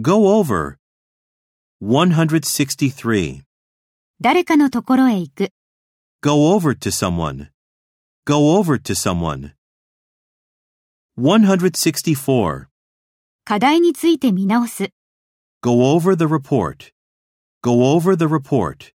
Go over. 163. 誰かのところへ行く。 Go over to someone. Go over to someone. 164. 課題について見直す。 Go over the report. Go over the report.